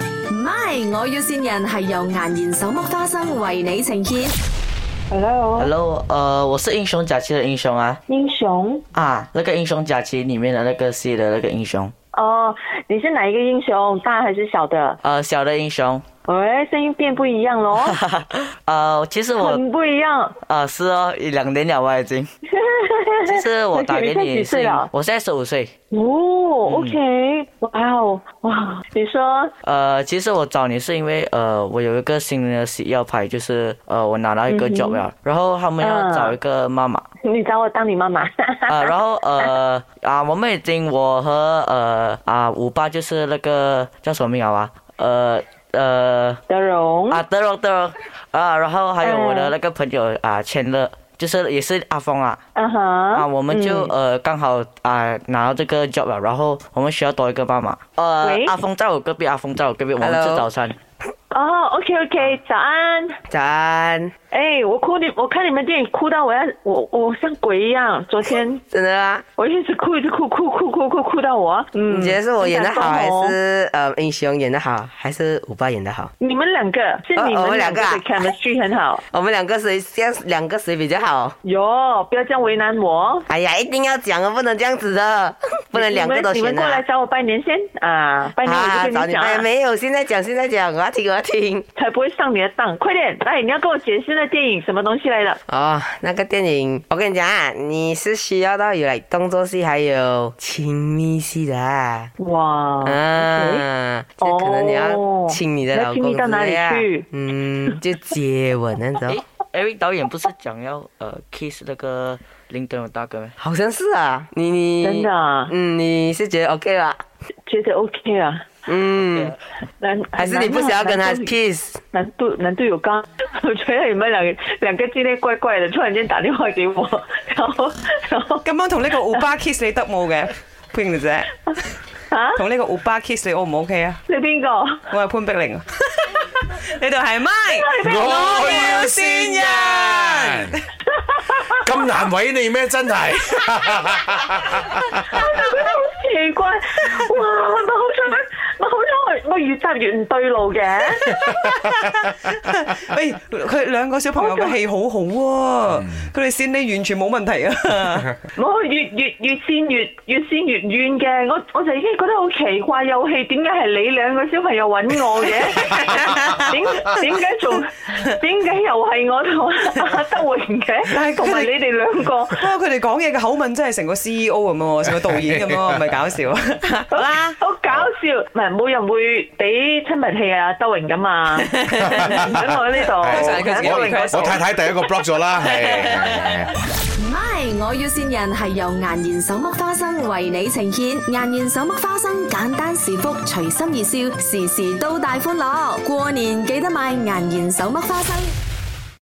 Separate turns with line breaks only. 咪，我要善人係由顏然手剝花生為你呈現。
Hello，
Hello，呃，我是英雄假期的英雄啊
英雄
啊，那个英雄假期里面的那个戏的那个英雄，
哦，你是哪一个英雄？大还是小的？
呃，小的英雄，
喂，声音变不一样喽，
呃，其实 我
很不一样。
呃是哦，一两年了吧 已经。其实我打给
你现在
你嗯
几
是
岁
因，
了？
我现在十五岁。
哦，OK，哇哦，哇，你说
呃，其实我找你是因为呃，我有一个新的戏要拍，就是呃，我拿到一个 job 了，然后他们要
嗯
找一个妈妈。
你找我当你妈妈？
啊，然后呃啊，我们已经我和呃啊五八就是那个叫什么名啊哇？呃呃
德荣，
啊德荣德荣啊，然后还有我的
嗯
那个朋友啊千乐，就是也是阿峰啊
嗯哼，
啊，我们就
嗯
呃刚好啊拿到这个 job 了，然后我们需要多一个妈妈。呃
喂，
阿峰在我隔壁，阿峰在我隔壁，我们吃
Hello
早餐。
哦，OK OK，早
啊
安。
早安，
哎，我哭你，我看你们电影哭到我要我我像鬼一样。昨天
真的啊？
我一直哭，一直哭，哭哭哭哭哭到我。嗯，
你觉得是我演的好，还
很感动哦
是呃英雄演的好，还是五八演的好？
你们两个？是
哦
你
我
们
们
两
两
个
个啊
的 chemistry 很好。
我们两个谁这样，两个谁比较好？
哟，不要这样为难我。
哎呀，一定要讲啊，不能这样 子的，不能两个都
你们你们
选
过来
啊。
找我拜年先啊！拜年我
啊，
就跟
找
你
你
讲、
哎，
啊，
没有，现在讲，现在讲，我要听，我要听。
才不会上你的当。快点，哎，你要跟我解释那电影什么东西来的？
哦，那个电影，我跟你讲啊，你是需要到有来动作戏，还有亲密戏的啊。
哇，
啊，就可能你
哦
要亲你的
要
老
亲密
公
到
之
哪里
类啊
去
嗯，就接吻那种
诶。，Eric 导演不是讲要呃 kiss 那个林德荣大哥吗？
好像是啊，你你
真的啊
嗯，你是觉得 OK 吧？
觉得 OK 啊？
嗯，
难啊
还是你不想要跟他
难度
kiss？
难度难度有高， 我觉得你们两个两个今天怪怪的，突然间打电话给我，然后然后
咁樣同呢個歐巴 kiss 你得冇嘅，潘小姐，
啊，
同呢個歐巴 kiss 你 O 唔 OK 啊？
你邊個？
我係潘碧玲，啊你度係咪？
我要善人， 咁難為你咩？真係。
覺得好奇怪，哇！咪好彩，咪好彩，我越集越唔對路嘅。
喂，佢兩個小朋友嘅戲好好喎，佢哋線你完全冇問題啊！
我越越越線越越線越遠嘅，我我就已經覺得好奇怪，遊戲點解係你兩個小朋友揾我嘅？點點解仲點解又係我 同阿德榮嘅？
但係佢哋
同埋你哋兩個，
不過佢哋講嘢嘅口吻真係成個 CEO 咁喎，成個導演咁咯，唔係搞笑。啊
好啦，好搞笑，唔係冇人會俾親密戲啊，德榮噶嘛，唔喺我 呢度，
通常係佢自己
德榮嗰
我
度
我太太第一個 block 咗啦， 係。
咪，我要善人係由顏然手剝花生為你呈現。顏然手剝花生，簡單是福，隨心而笑，時時都大歡樂。過年記得買顏然手剝花生。